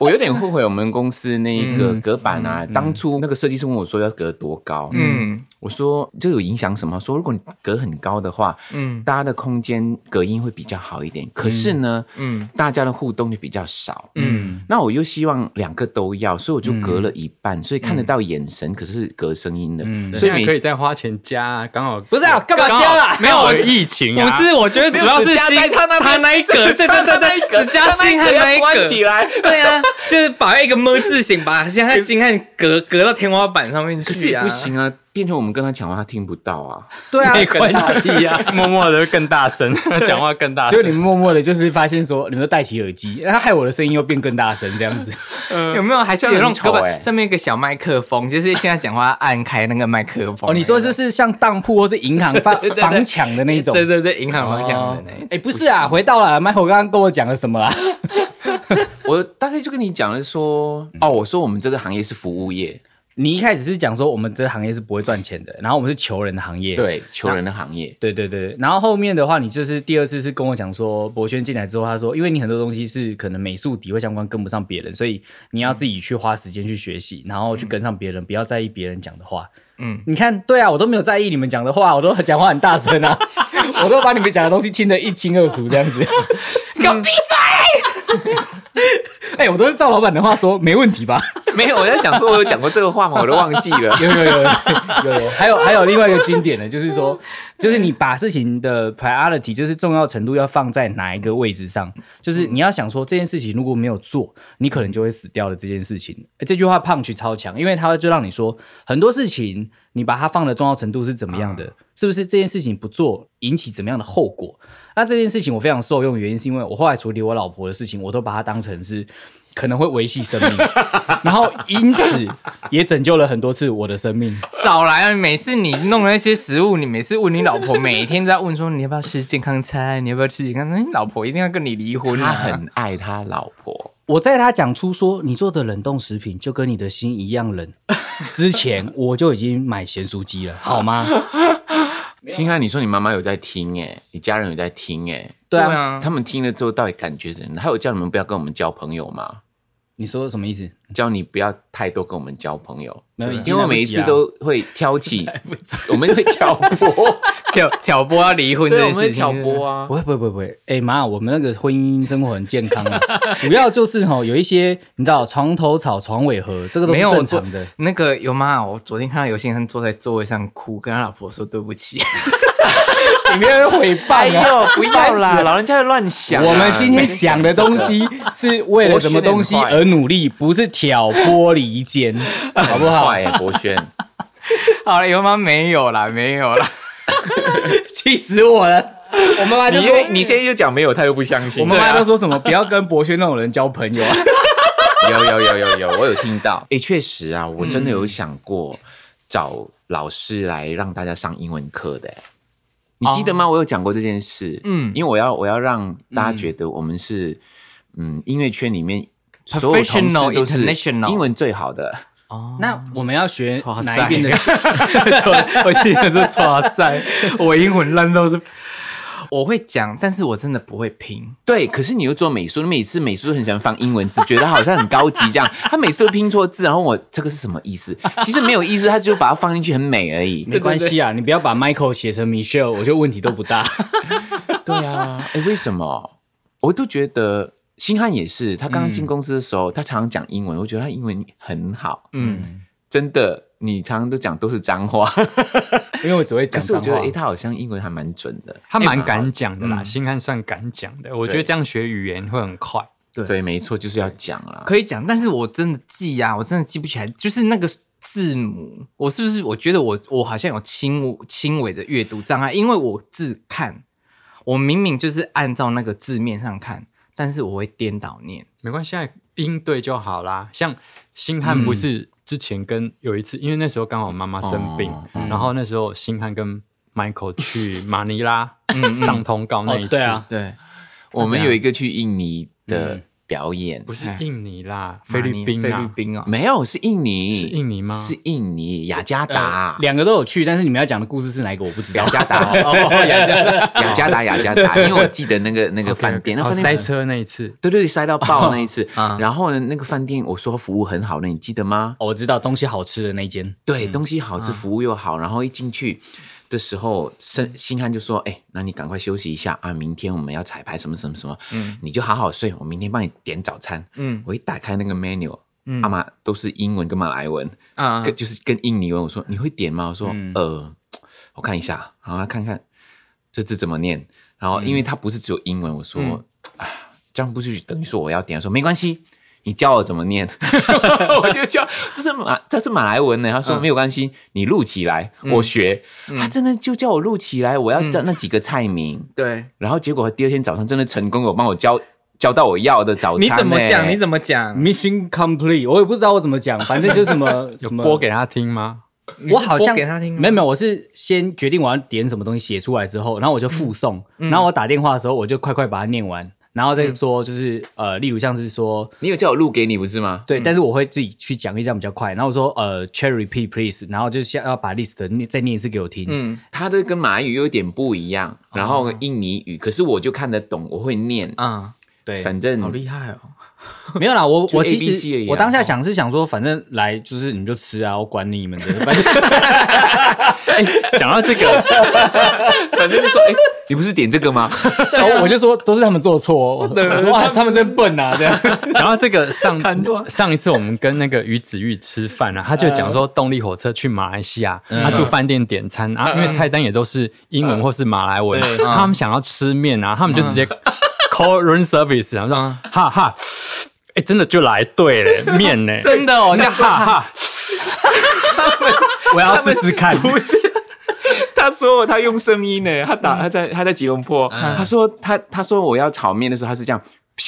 我有点后悔，我们公司那一个隔板啊，当初那个设计师问我说要隔多高，嗯，嗯我说这有影响什么？说如果你隔很高的话，嗯大家的空间隔音会比较好一点，可是呢，嗯大家的互动就比较少，嗯那我又希望两个都要，所以我就隔了一半，所以看得到眼神，可是隔声音的， *laughs* 所所以每以可以再花钱加啊，刚好嗯不是啊，干嘛嗯刚好加啦？没有疫情啊，不是，我觉得主要是新他那一个，对对对对，只加星汉那一关起个。来。对啊，就是把一个么字形把现在星汉隔隔到天花板上面可是去也啊，不行啊，变成我们跟他讲话，他听不到啊。对啊，没关系啊。默默的更大声，讲话更大就声。你们默默的，就是发现说你们都戴起耳机，然后害我的声音又变更大声，这样子。有没有还是有那种隔这样很丑板欸上面有一个小麦克风，就是现在讲话按开那个麦克风。哦，你说就是像当铺或是银行房对对对房抢的那一种？对对对，银行方向的哦那一种。哎，不是啊，回到了 Michael 刚刚跟我讲了什么啦？啊我大概就跟你讲了说，嗯哦，我说我们这个行业是服务业，你一开始是讲说我们这个行业是不会赚钱的，然后我们是求人的行业，对，求人的行业。对对对，然后后面的话，你就是第二次是跟我讲说，博轩进来之后，他说，因为你很多东西是可能美术底会相关跟不上别人，所以你嗯要自己去花时间去学习，然后去跟上别人，不要在意别人讲的话。嗯，你看，对啊，我都没有在意你们讲的话，我都讲话很 *laughs* 大 *laughs* 声啊，我都把你们讲的东西听得一清二楚，这样子。给我闭嘴！ *laughs* 哎、我都是照老板的话说，没问题吧？没有，我在想说，我有讲过这个 *laughs* 话吗？我都忘记了。有有有有有，还有还有另外一个经典的，就是说，就是你把事情的 priority，就是重要程度要放在哪一个位置上，就是你要想说这件事情如果没有做，你可能就会死掉的这件事情。呃这句话 punch 超强，因为它就让你说很多事情你把它放的重要程度是怎么样的，是不是这件事情不做引起怎么样的后果？那这件事情我非常受用，原因是因为我后来处理我老婆的事情，我都把它当成是可能会维系生命， *laughs* 然后因此也拯救了很多次我的生命。少来啊！每次你弄那些食物，你每次问你老婆，每天都在问说你要不要吃健康餐，你要不要吃健康餐？你老婆一定要跟你离婚、啊。他很爱他老婆，我在他讲出说你做的冷冻食品就跟你的心一样冷之前，我就已经买咸酥 *laughs* 鸡了，好吗？星汉，你说你妈妈有在听哎、你家人有在听哎、对啊，啊，他们听了之后到底感觉怎样？还有叫你们不要跟我们交朋友吗？你说什么意思？叫你不要太多跟我们交朋友，嗯没有已经因为来不每一及次啊都会挑 *laughs* 起，我们会挑拨， *laughs* 挑挑拨要离婚这对，我件们会事情，挑拨啊不。会不会不会不会，哎、妈，我们那个婚姻生活很健康啊， *laughs* 主要就是吼有一些你知道床头草床尾和，这个都没是有正常我的昨。那个有妈，我昨天看到有些人坐在座位上哭，跟他老婆说对 *laughs* 不起。里面毁哎谤 *laughs* 啊！呦，不要啦，老人家乱想啊、我们今天讲的东西是为了什么东西而努力，不是挑拨离间，好不好？ *laughs* 坏、欸，博轩，好了，有妈没有啦，没有啦。气死我了！我妈妈就你说现你现在就讲没有，他又不相信。我妈妈啊都说什么不要跟博轩那种人交朋友啊！有有有有有，我有听到。诶，确实啊，我真的有想过找老师来让大家上英文课的、诶你记得吗？我有讲过这件事。嗯哦嗯，因为我要我要让大家觉得我们是嗯音乐圈里面所有同事 Professional, 都是 international 英文最好的。 *laughs* 哦那我们要学哇塞哪一边的？ *laughs* 我心想说，哇塞，我英文烂到是。我会讲，但是我真的不会拼。对，可是你又做美术，你每次美术都很喜欢放英文字，觉得好像很高级这样。他每次都拼错字，然后我这个是什么意思？其实没有意思，他就把它放进去很美而已。没关系啊，你不要把 Michael 写成 Michelle，我觉得问题都不大。对啊，哎、为什么？我都觉得星汉也是，他刚刚进公司的时候，他常常讲英文，我觉得他英文很好，嗯，真的。你常常都讲都是脏话， *laughs* 因为我只会讲可是我脏觉得，哎、话。他好像英文还蛮准的。他哎蛮敢讲的嗯啦，新汉算敢讲的。我觉得这样学语言会很快。对对，没错，就是要讲啦。可以讲，但是我真的记啊，我真的记不起来，就是那个字母，我是不是？我觉得我我好像有轻轻微的阅读障碍，因为我字看，我明明就是按照那个字面上看，但是我会颠倒念。没关系，现在音对就好啦。像星汉不是之前跟有一次，因为那时候刚好妈妈生病，嗯哦然后那时候星汉跟 Michael 去马尼拉 *laughs* 嗯上通告那一次，哦对啊对，我们有一个去印尼的表演，不是印尼啦，哎菲律宾菲律啊，宾啊，没有是印尼，是印尼吗呃是印尼雅加达，呃两个都有去，但是你们要讲的故事是哪一个我不知道雅。加达，雅加达，雅加 *laughs* 达，因为我记得那个那个饭店，那哦饭塞店车哦那一次，对对，对塞到爆那一次。啊然后呢，那个饭店我说服务很好的，你记得吗？嗯哦我知道东西好吃的那一间，对，东西好吃，服务又好。然后一进去的时候，新新汉就说：“哎，那你赶快休息一下啊，明天我们要彩排什么什么什么，你就好好睡，我明天帮你点早餐。”嗯我一打开那个 menu，嗯阿妈都是英文跟马来文，啊嗯跟就是跟印尼文。我说你会点吗？我说、嗯呃，我看一下，然后他看看这字怎么念。然后因为他不是只有英文，我说、嗯啊，这样不是等于说我要点？他说没关系。你教我怎么念， *laughs* 我就教，这是马，这是马来文嗯呢。他说、没有关系，你录起来，我学。他真的就叫我录起来，我要嗯叫那几个菜名。对，然后结果第二天早上真的成功，有帮我教教到我要的早餐。你怎么讲？欸你怎么讲？ Mission Complete，我也不知道我怎么讲，反正就是 *laughs* 什么有什么播给他听吗？我好像播给他听吗没有没有，我是先决定我要点什么东西写出来之后，然后我就附送，嗯然后我打电话的时候我就快快把它念完，然后再说就是、呃，例如像是说你有叫我录给你不是吗？对，但是我会自己去讲，因为这样比较快。然后我说呃，cherry p please，然后就是先要把 list 念再念一次给我听。嗯它的跟哦马来语有点不一样，然后印尼语，可是我就看得懂，我会念。啊，对，反正好厉害哦！没有啦，我就我 A 其 B C 而已啊实我当下想是想说，反正来就是你们就吃啊，我管 *laughs* 你们的，反正 *laughs* 哎，讲到这个， *laughs* 反正就 *laughs* 说，哎、你不是点这个吗？然后我就说都是他们做错 *laughs* 哦，我我说哇，他们真笨啊，这样。 *laughs* 讲到这个上砍断上一次我们跟那个于子玉吃饭啊，他就讲说动力火车去马来西亚，他住饭店点餐啊，因为菜单也都是英文或是马来文，对他们想要吃面啊，他们就直接 call room service，然后说哈哈，哎，真的就来对了面呢，真的 *laughs* 哦，那哈哈，我要试试看，不是，他说他用声音呢，他嗯打他在他在吉隆坡，他说他他说我要炒面的时候，他是这样， *laughs*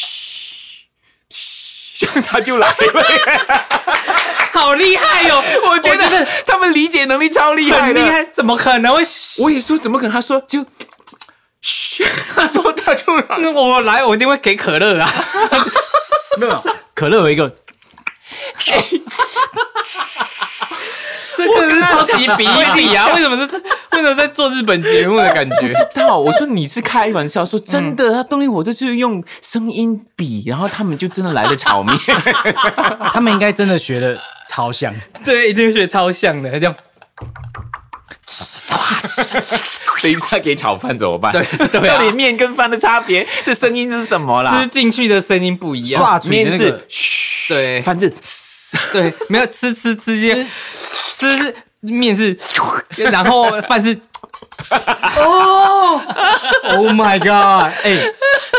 这样他就来了。好厉害哦！ *laughs* 我我觉得 *laughs* 他们理解能力超厉害很的厉。害，怎么可能会？我也说怎么可能？他说就，他说他就来了。那 *laughs* 我来，我一定会给可乐啊！没有，可乐有一个，这个 *laughs* 是超级比一比 *laughs* 啊！为什么是这？为什么在做日本节目的感觉？知道，我说你是开玩笑，说真的，他动力火车就是用声音比，然后他们就真的来了炒面。他们应该真的学的超 *laughs* 像。 *laughs* 对，一定会学超像的，这样等一下给炒饭怎么办？ *laughs* 对对到底啊，面跟饭的差别的声音是什么啦吃？进去的声音不一样。刷嘴的那个面是嘘，对反正。对，没有吃吃吃些吃是面是， *laughs* 然后饭 *laughs* 是 *laughs* Oh my god！哎、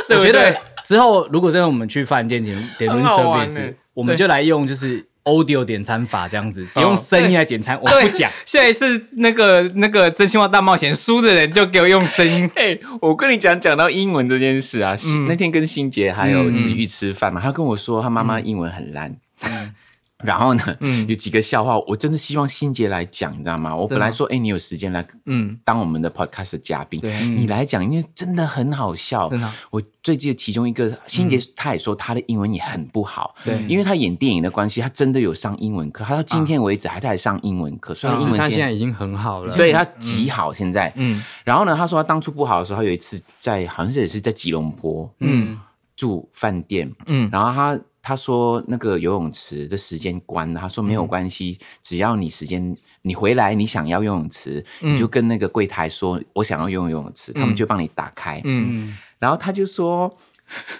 对我不觉得对之后如果真的我们去饭店点点 room 很好玩 service，、欸我们就来用就是 audio 点餐法这样子，只用声音来点餐，我对不讲。下一次那个那个真心话大冒险输的人就给我用声音哎、我跟你讲，讲到英文这件事啊，嗯那天跟欣杰还有子玉吃饭嘛，他跟我说他妈妈英文很烂。嗯 *laughs* 然后呢，有几个笑话，我真的希望欣杰来讲，你知道吗？我本来说，哎、你有时间来，嗯嗯，当我们的 podcast 的嘉宾，对嗯你来讲，因为真的很好笑。真的好我最记得其中一个，欣杰嗯他也说他的英文也很不好，对因为他演电影的关系，他真的有上英文课，他到今天为止还在上英文课，所以他英文啊他现在已经很好了，对他极好现在。嗯嗯，然后呢，他说他当初不好的时候，他有一次在好像是也是在吉隆坡，嗯，住饭店，嗯嗯，然后他他说那个游泳池的时间关了，他说没有关系，嗯只要你时间。你回来，你想要游泳池，嗯你就跟那个柜台说，我想要游泳池，他们就帮你打开。嗯，然后他就说， *laughs*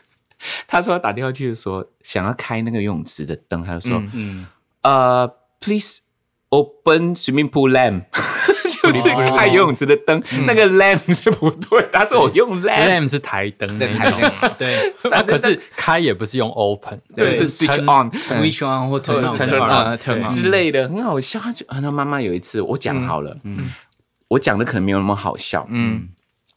他说他打电话去说想要开那个游泳池的灯，他就说，嗯，呃，please open swimming pool lamp，就是开游泳池的灯，那个 lamp 是不对，他说我用 lamp， ，Lam 是台灯那对台种，对啊，可是开也不是用 open，对，是 switch on。 ，switch on 或 turn on，嗯 turn turn on， on， turn 对 on 之类的，很好笑。他就啊他妈妈有一次我讲好了，我讲的可能没有那么好笑，嗯，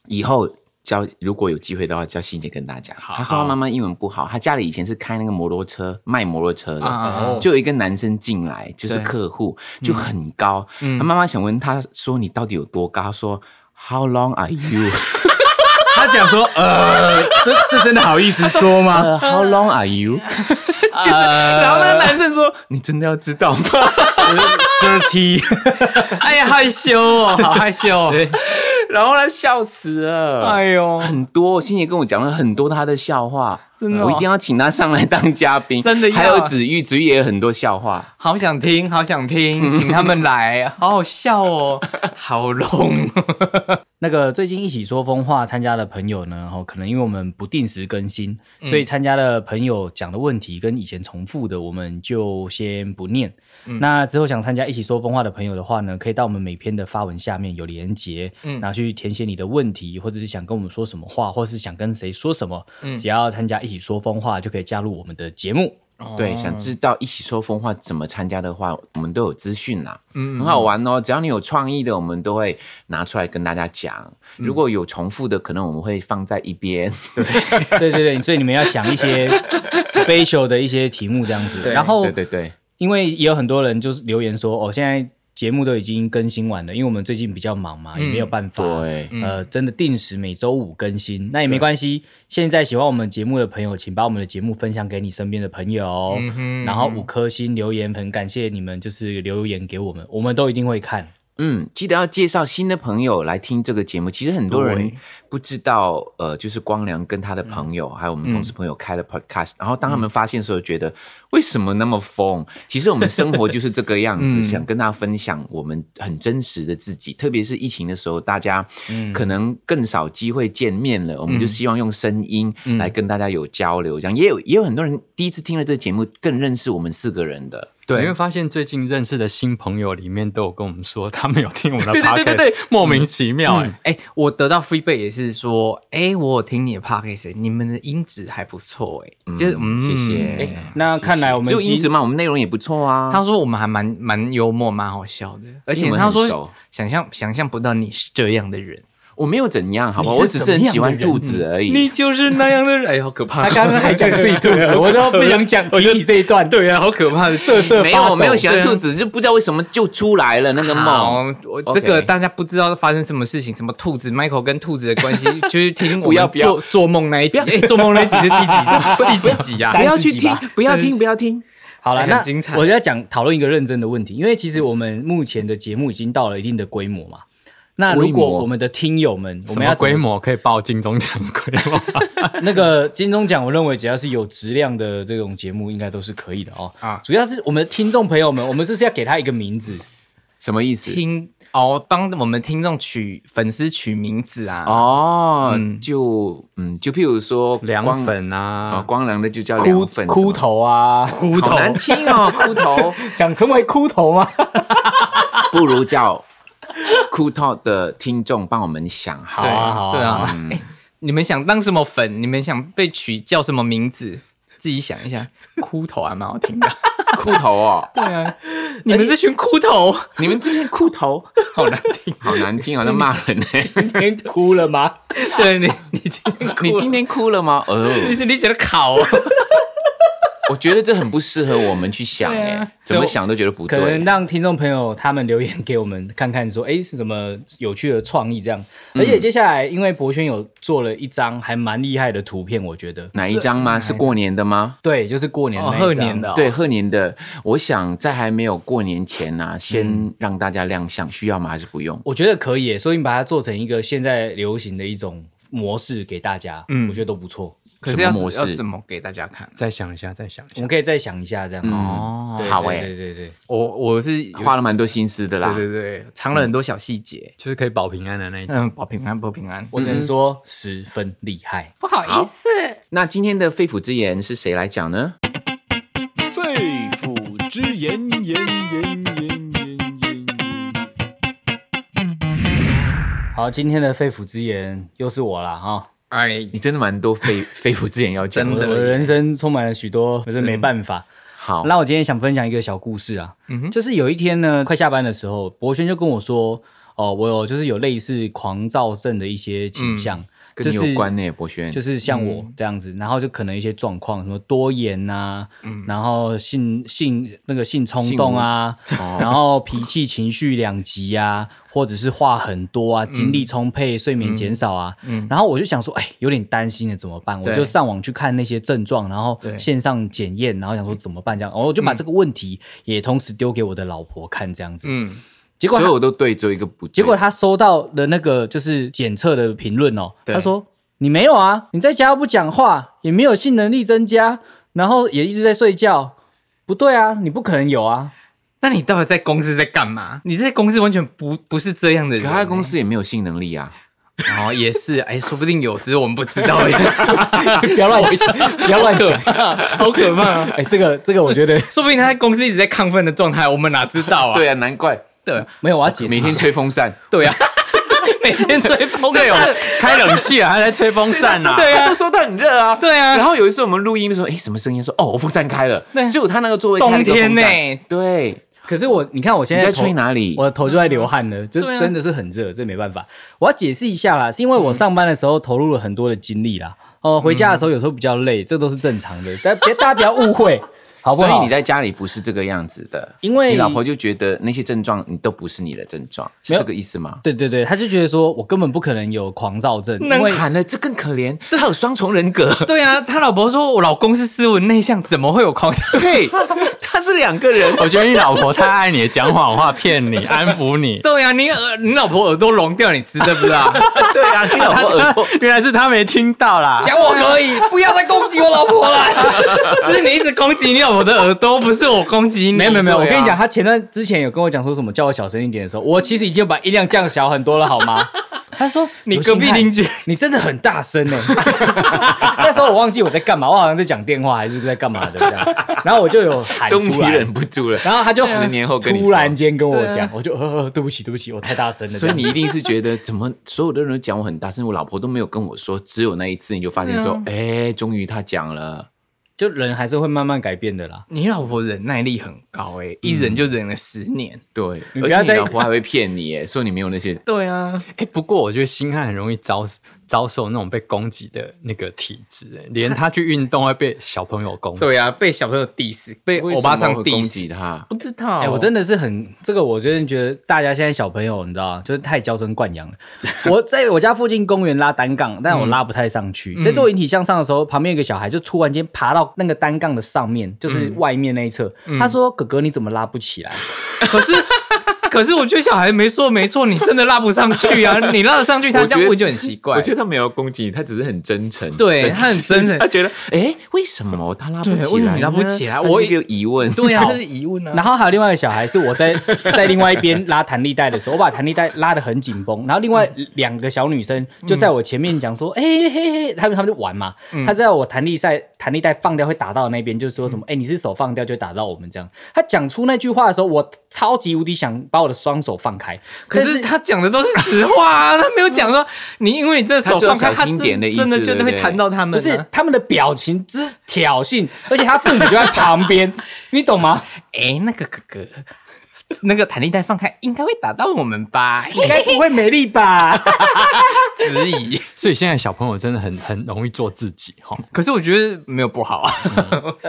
以后教如果有机会的话，叫欣姐跟大家讲。他说他妈妈英文不好，他家里以前是开那个摩托车卖摩托车的，啊就有一个男生进来，就是客户，就很高。嗯他妈妈想问他说你到底有多高？他说 How long are you？他讲说，呃，这这真的好意思说吗？呃 How long are you？就是，呃然后那个男生说：“你真的要知道吗？” *laughs* thirty，哎呀，害羞哦，好害羞哦。然后他笑死了。哎呦，很多，欣姐跟我讲了很多她的笑话，真的哦我一定要请她上来当嘉宾，真的要还有子玉，子玉也有很多笑话，好想听，好想听，请他们来， *laughs* 好好笑 *laughs* 哦，好聋。那个最近一起说风话参加的朋友呢，哦，可能因为我们不定时更新，嗯所以参加的朋友讲的问题跟以前重复的，我们就先不念。嗯那之后想参加一起说风话的朋友的话呢，可以到我们每篇的发文下面有连结，嗯，然后去填写你的问题，或者是想跟我们说什么话，或是想跟谁说什么，嗯只要参加一起说风话就可以加入我们的节目。对，想知道一起说风话怎么参加的话，我们都有资讯啦，嗯，很好玩哦，只要你有创意的，我们都会拿出来跟大家讲，如果有重复的，可能我们会放在一边，对对对，所以你们要想一些 *laughs* special 的一些题目这样子，然后 *laughs* 对对对，因为也有很多人就是留言说，哦，现在节目都已经更新完了，因为我们最近比较忙嘛，也没有办法，对呃，真的定时每周五更新，那也没关系。现在喜欢我们节目的朋友，请把我们的节目分享给你身边的朋友，嗯然后五颗星留言，很感谢你们就是留言给我们，我们都一定会看。嗯，记得要介绍新的朋友来听这个节目。其实很多人对不知道，呃，就是光良跟他的朋友，还有我们同事朋友开了 podcast，、然后当他们发现的时候，觉得为什么那么疯？其实我们生活就是这个样子，嗯想跟大家分享我们很真实的自己。特别是疫情的时候，大家可能更少机会见面了，我们就希望用声音来跟大家有交流。这样也有也有很多人第一次听了这个节目，更认识我们四个人的。你对会，发现最近认识的新朋友里面都有跟我们说，他们有听我们的对 podcast，对对对对莫名其妙哎、哎、我得到 feedback 也是说，哎、我有听你的 podcast，你哎们的音质还不错，哎、就是嗯，谢谢。哎那看来我们只有已经音质嘛，我们内容也不错啊。他说我们还蛮蛮幽默，蛮好笑的，而且因为我们他很说熟想象想象不到你是这样的人，我没有怎样，好吧，你是我只是很喜欢兔子而已。就是那样的人，哎，好可怕！他 *laughs* 刚刚还 *laughs* 讲自己肚子， *laughs* 我都不想讲提起这一段。对啊，好可怕，瑟瑟没发有，抖我没有喜欢兔对啊子，就不知道为什么就出来了那个梦。好，我 OK 这个大家不知道发生什么事情，什么兔子 Michael 跟兔子的关系，就是听我不要们不要做做梦那一集，哎， *laughs* 做梦那一集是第几第几集啊？不要去30集听吧，不要听，不要听。好了，哎那很精彩我就要讲讨论一个认真的问题，因为其实我们目前的节目已经到了一定的规模嘛。那如规果模我们的听友们，我什们么要怎规么模可以报金钟奖规模？那个金钟奖，我认为只要是有质量的这种节目，应该都是可以的哦。啊主要是我们的听众朋友们，我们是不是要给他一个名字？什么意思？听哦，帮我们听众取粉丝取名字啊，哦嗯，就嗯，就譬如说 *laughs* 凉光粉啊啊，，光良的就叫枯凉粉，枯什么，头啊，枯好难听哦，枯头， *laughs* *laughs* 想成为枯头吗？ *laughs* 不如叫枯头的听众帮我们想好嗯对啊好啊对好啊，哎，你们想当什么粉？你们想被取叫什么名字？自己想一下， *laughs* 秃头还蛮好听的。枯头哦，对啊，你们这群秃头，你们这边枯头好难听。好难听，好像骂人呢。今天哭了吗？ *laughs* 对你，你今天哭你今天哭了吗？哦，你是你写的考哦。我觉得这很不适合我们去想对哎、啊怎么想都觉得不可能对。让听众朋友他们留言给我们看看说，哎是什么有趣的创意这样。嗯而且接下来，因为博轩有做了一张还蛮厉害的图片，我觉得哪一张吗？是过年的吗？对，就是过年哦，那贺一张年的、。对，，贺年的。我想在还没有过年前啊，先让大家亮相，需要吗？还是不用？我觉得可以耶，所以你把它做成一个现在流行的一种模式给大家，嗯我觉得都不错。可是要什么模式要怎么给大家看？再想一下，再想一我下们。可以再想一下这样子。嗯哦对好对哎、欸对对对，我我是有花了蛮多心思的啦。对对对，藏了很多小细节。就是可以保平安的那一种。嗯，保平安，保平安。我只能说十分厉害。不好意思，那今天的肺腑之言是谁来讲呢？肺腑之言，言言言言嗯言言。好，今天的肺腑之言又是我啦哈、哎，你真的蛮多 *laughs* 肺肺腑之言要讲我真的我的人生充满了许多，可是没办法。好，嗯那我今天想分享一个小故事啊，就是有一天呢，快下班的时候，博轩就跟我说，哦，我有就是有类似狂躁症的一些倾向，嗯跟就你是有关呢、博轩。就是像我嗯这样子，然后就可能一些状况，什么多言呐、嗯然后性性那个性冲动啊，哦然后脾气情绪两极啊，或者是话很多啊，嗯精力充沛，睡眠减少啊，然后我就想说，哎，有点担心了，怎么办？我对就上网去看那些症状，然后对线上检验，然后想说怎么办这样，然哦后我就把这个问题也同时丢给我的老婆看这样子，嗯，结果所她有都对，只有一个不对。结果他收到的那个就是检测的评论哦，对他说你没有啊，你在家又不讲话，也没有性能力增加，然后也一直在睡觉，不对啊，你不可能 *laughs* 有啊。那你到底在公司在干嘛？你在公司完全不不是这样的可人、他的公司也没有性能力啊。哦，也 *laughs* 是，哎，说不定有，只是我们不知 *laughs* 道而已。不要乱讲，不要乱讲，好可怕、啊！哎、这个这个，我觉得 *laughs* 说不定他在公司一直在亢奋的状态，我们哪知道啊？对啊，难怪对没有，我要解释每一天下。吹风扇。对啊， *laughs* 每天吹风对哦扇，，开冷气啊，还在吹风扇呐、对啊，说到很热啊。对啊，然后有一次我们录音的时候，哎，什么声音？说哦，我风扇开了，对只有他那个座位开啊了一个冬天风扇呢对，可是我，你看我现你在在头吹哪里嗯我的头就在流汗了，就对啊真的是很热，这没办法。我要解释一下啦，是因为我上班的时候投入了很多的精力啦，哦，回家的时候有时候比较累，这都是正常的，但别大家不要误会，好不好？所以你在家里不是这个样子的，因为你老婆就觉得那些症状你都不是你的症状，是没有这个意思吗？对对对，他就觉得说我根本不可能有狂躁症，因为惨了，这更可怜，他有双重人格 *laughs*。*laughs* 对啊，他老婆说我老公是斯文内向，怎么会有狂躁？ *laughs* 对，他是两个人。我觉得你老婆太爱你，讲谎话骗 *laughs* 你，安抚你。对呀、你耳你老婆耳朵聋掉，你知道不知 *laughs* 道？对啊，你老婆耳朵，原来是他没听到啦。讲我可以，不要再攻击我老婆 *laughs* 了。是你一直攻击你老婆的耳朵，不是我攻击你。没有没有没有，对我啊跟你讲，，他前段之前有跟我讲说什么叫我小声一点的时候，我其实已经把音量降小很多了，好吗？他说你隔壁邻，居刘星汉你真的很大声呢。 *laughs* 那时候我忘记我在干嘛，我好像在讲电话还是在干嘛的这样，然后我就有喊终出于来，忍不住了。然后他就十年后跟你说突然间跟我讲，我就呃对不起对不起，我太大声 *laughs* 了。所以这样你一定是觉得，怎么所有的人都讲我很大声，我老婆都没有跟我说，只有那一次你就发现说，哎、啊终于她讲了。就人还是会慢慢改变的啦。你老婆忍耐力很高哎、一忍就忍了十年。对，而你不要且你再老婆还会骗你，哎，说你没有那些。对啊，哎、不过我觉得星汉很容易遭遭受那种被攻击的那个体质，哎连他去运动会 *laughs* 被小朋友攻击。对啊，被小朋友 diss，被为什欧巴么桑会攻 diss，击她，不知道。哎、我真的是很这个，我真的觉得大家现在小朋友，你知道，就是太娇生惯养了。 *laughs* 我在我家附近公园拉单杠，但我拉不太上去。在做引体向上的时候，旁边有一个小孩就突然间爬到那个单杠的上面，就是外面那一侧。他说：“哥哥，你怎么拉不起来？”可是。可是我觉得小孩没说没错，你真的拉不上去啊！你拉得上去，他我这觉样得问就很奇怪。我觉得她没有攻击你，她只是很真诚。对真实她很真诚她觉得，哎、为什么她拉不起来对呢？为什么你拉不起来她我是一个疑问。对啊，这是疑问啊。 *laughs* 然后还有另外一个小孩是我在在另外一边拉弹力带的时候，我把弹力带拉得很紧绷，然后另外两个小女生嗯就在我前面讲说，哎、嘿嘿嘿，他们他们就玩嘛，他在我弹力带弹力带放掉会打到那边，就说什么，嗯哎、你是手放掉就会打到我们这样。他讲出那句话的时候，我超级无敌想把我的双手放开，可是他讲的都是实话啊，他没有讲 *laughs* 说你因为你这手放他只有小开，他心真点的意思真的就会弹到他不们、啊。是他们的表情之挑衅，而且他父母就在 *laughs* 旁边，你懂吗？哎、那个哥哥，那个弹力带放开，应该会打到我们吧？应该不会美丽吧？质 *laughs* 疑。所以现在小朋友真的很很容易做自己哈。可是我觉得没有不好啊，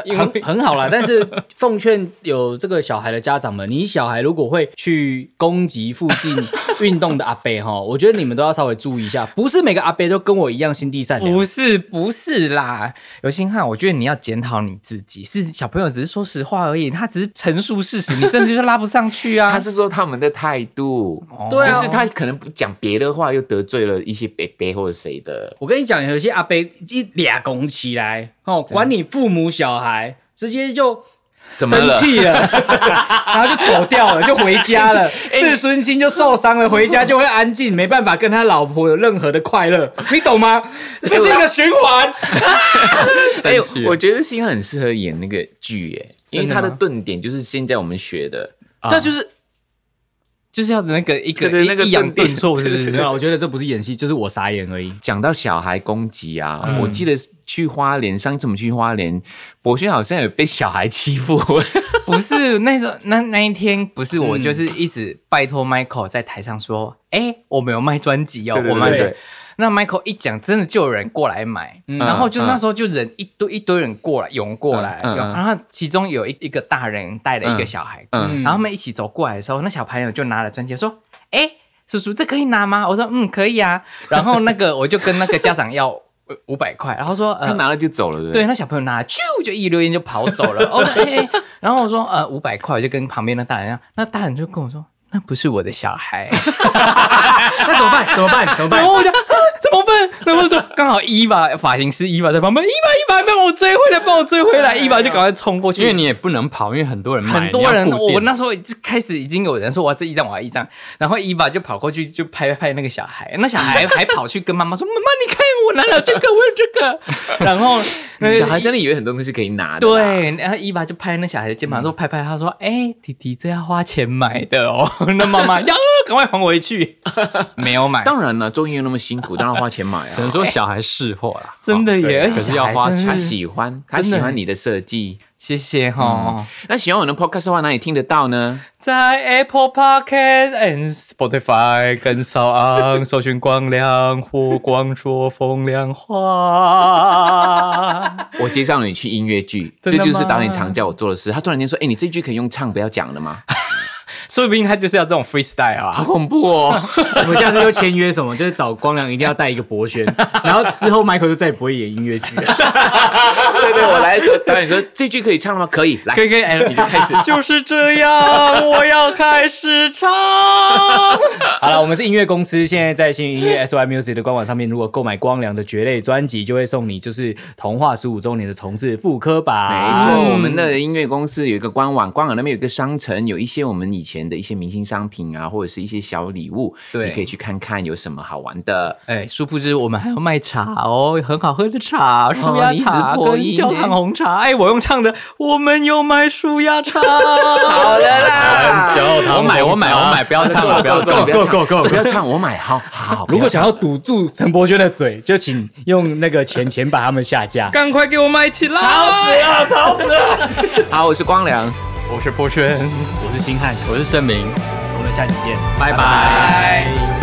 因为很很好啦，但是奉劝有这个小孩的家长们，你小孩如果会去攻击附近运动的阿伯哈， *laughs* 我觉得你们都要稍微注意一下，不是每个阿伯都跟我一样心地善良。不是不是啦，尤星汉，我觉得你要检讨你自己，是小朋友只是说实话而已，他只是陈述事实，你真的就是拉不上去啊她。是说他们的态度，对啊就是她可能不讲别的话，又得罪了一些伯伯或者谁的。我跟你讲，有些阿伯一俩拱起来哦，管你父母小孩，直接就。怎么生了气了， *laughs* 然后就走掉了，就回家了。自尊心就受伤了，回家就会安静，没办法跟他老婆有任何的快乐，你懂吗？这是一个循环。哎呦生气，了我觉得星汉很适合演那个剧耶，因为他的顿点就是现在我们学的，那就是就是要那个一个对对那个抑扬顿顿挫，是不没是？有，我觉得这不是演戏，就是我傻眼而已。 *laughs* 讲到小孩攻击啊。我记得去花莲，上一次我们去花莲，博轩好像有被小孩欺负，不是那时候，那那一天不是我，就是一直拜托 Michael 在台上说：“哎、我们有卖专辑哦，对对对我们有对嗯对那 Michael 一讲，真的就有人过来买，然后就那时候就人一堆一堆人过来涌过来，嗯嗯嗯然后其中有一一个大人带了一个小孩，嗯然后他们一起走过来的时候，那小朋友就拿了专辑说：“哎、叔叔，这可以拿吗？”我说：“嗯，可以啊。”然后那个我就跟那个家长要五百块，然后说：“他呃，拿了就走了，对不对，？那小朋友拿了，啾就一溜烟就跑走了。哦，哎、哎然后我说呃五百块，我就跟旁边的大人讲，那大人就跟我说。那不是我的小孩，那怎么办？怎么办？怎么 *laughs* 然办？后我就、啊、怎么办？然后我说刚好伊娃发型师伊娃在旁边，伊娃伊娃帮我追回来，帮我追回来，伊娃就赶快冲过去，因为你也不能跑，因为很多人哦买，很多人你要固定我那时候就开始已经有人说我要这一张我要一张，然后伊娃就跑过去就拍拍拍那个小孩，那小孩还跑去跟妈妈说妈妈你看我拿了这个我有这个，然后那个小孩真的以为很多东西可以拿的啦，哎对，然后伊娃就拍那小孩的肩膀，说拍拍，他说：“哎、弟弟，这要花钱买的哦。” *laughs* 那妈妈要赶快还回去， *laughs* 没有买，当然了，中医又那么辛苦，当然花钱 *laughs* 买啊。哎只能说小孩识货啦。真的耶，而且可是小孩要花真他哦是喜欢，他真喜的欢你的设计。谢谢哈、那喜欢我的 podcast 的话，哪里听得到 *laughs* 呢？在 Apple Podcast and Spotify 跟 s o 搜寻光亮或光说风凉 *laughs* 话。我介绍你去音乐剧，真这的就是吗导演常叫我做的事。他突然间说：“哎、你这句可以用唱，不要讲了吗？”说不定他就是要这种 freestyle 好啊。恐怖 *laughs* 哦！我们下次就签约什么，就是找光良一定要带一个博轩，然后之后 Michael 就再也不会演音乐剧了。对 *laughs* 对，我来的时候，导演说这句可以唱吗？可以，来，可以可以，哎，你 *laughs* 就开始。就是这样，我要开始唱。 *laughs* 好了，我们是音乐公司，现在在新音乐 SY Music 的官网上面，如果购买光良的绝类专辑，就会送你就是《童话十五周年》的重置复刻版。嗯没错，哎我们的音乐公司有一个官网，官网那边有一个商城，有一些我们以前的一些明星商品啊，或者是一些小礼物，对你可以去看看有什么好玩的。哎，殊不知我们还有卖茶哦，很好喝的茶，舒哦压你一直茶破跟音焦耶糖红茶。哎，我用唱的，我们有卖舒压茶。好了 *laughs* 啦，我买，我买，我买，不要 *laughs* 唱了，不要唱了。够够够，不要唱，我买，好好好。如果想要堵住陈柏轩的嘴，就请用那个钱钱把他们下 *laughs* 架。赶快给我卖起来！好好，我是光良。我是星汉，我是盛明。我们下期见，拜拜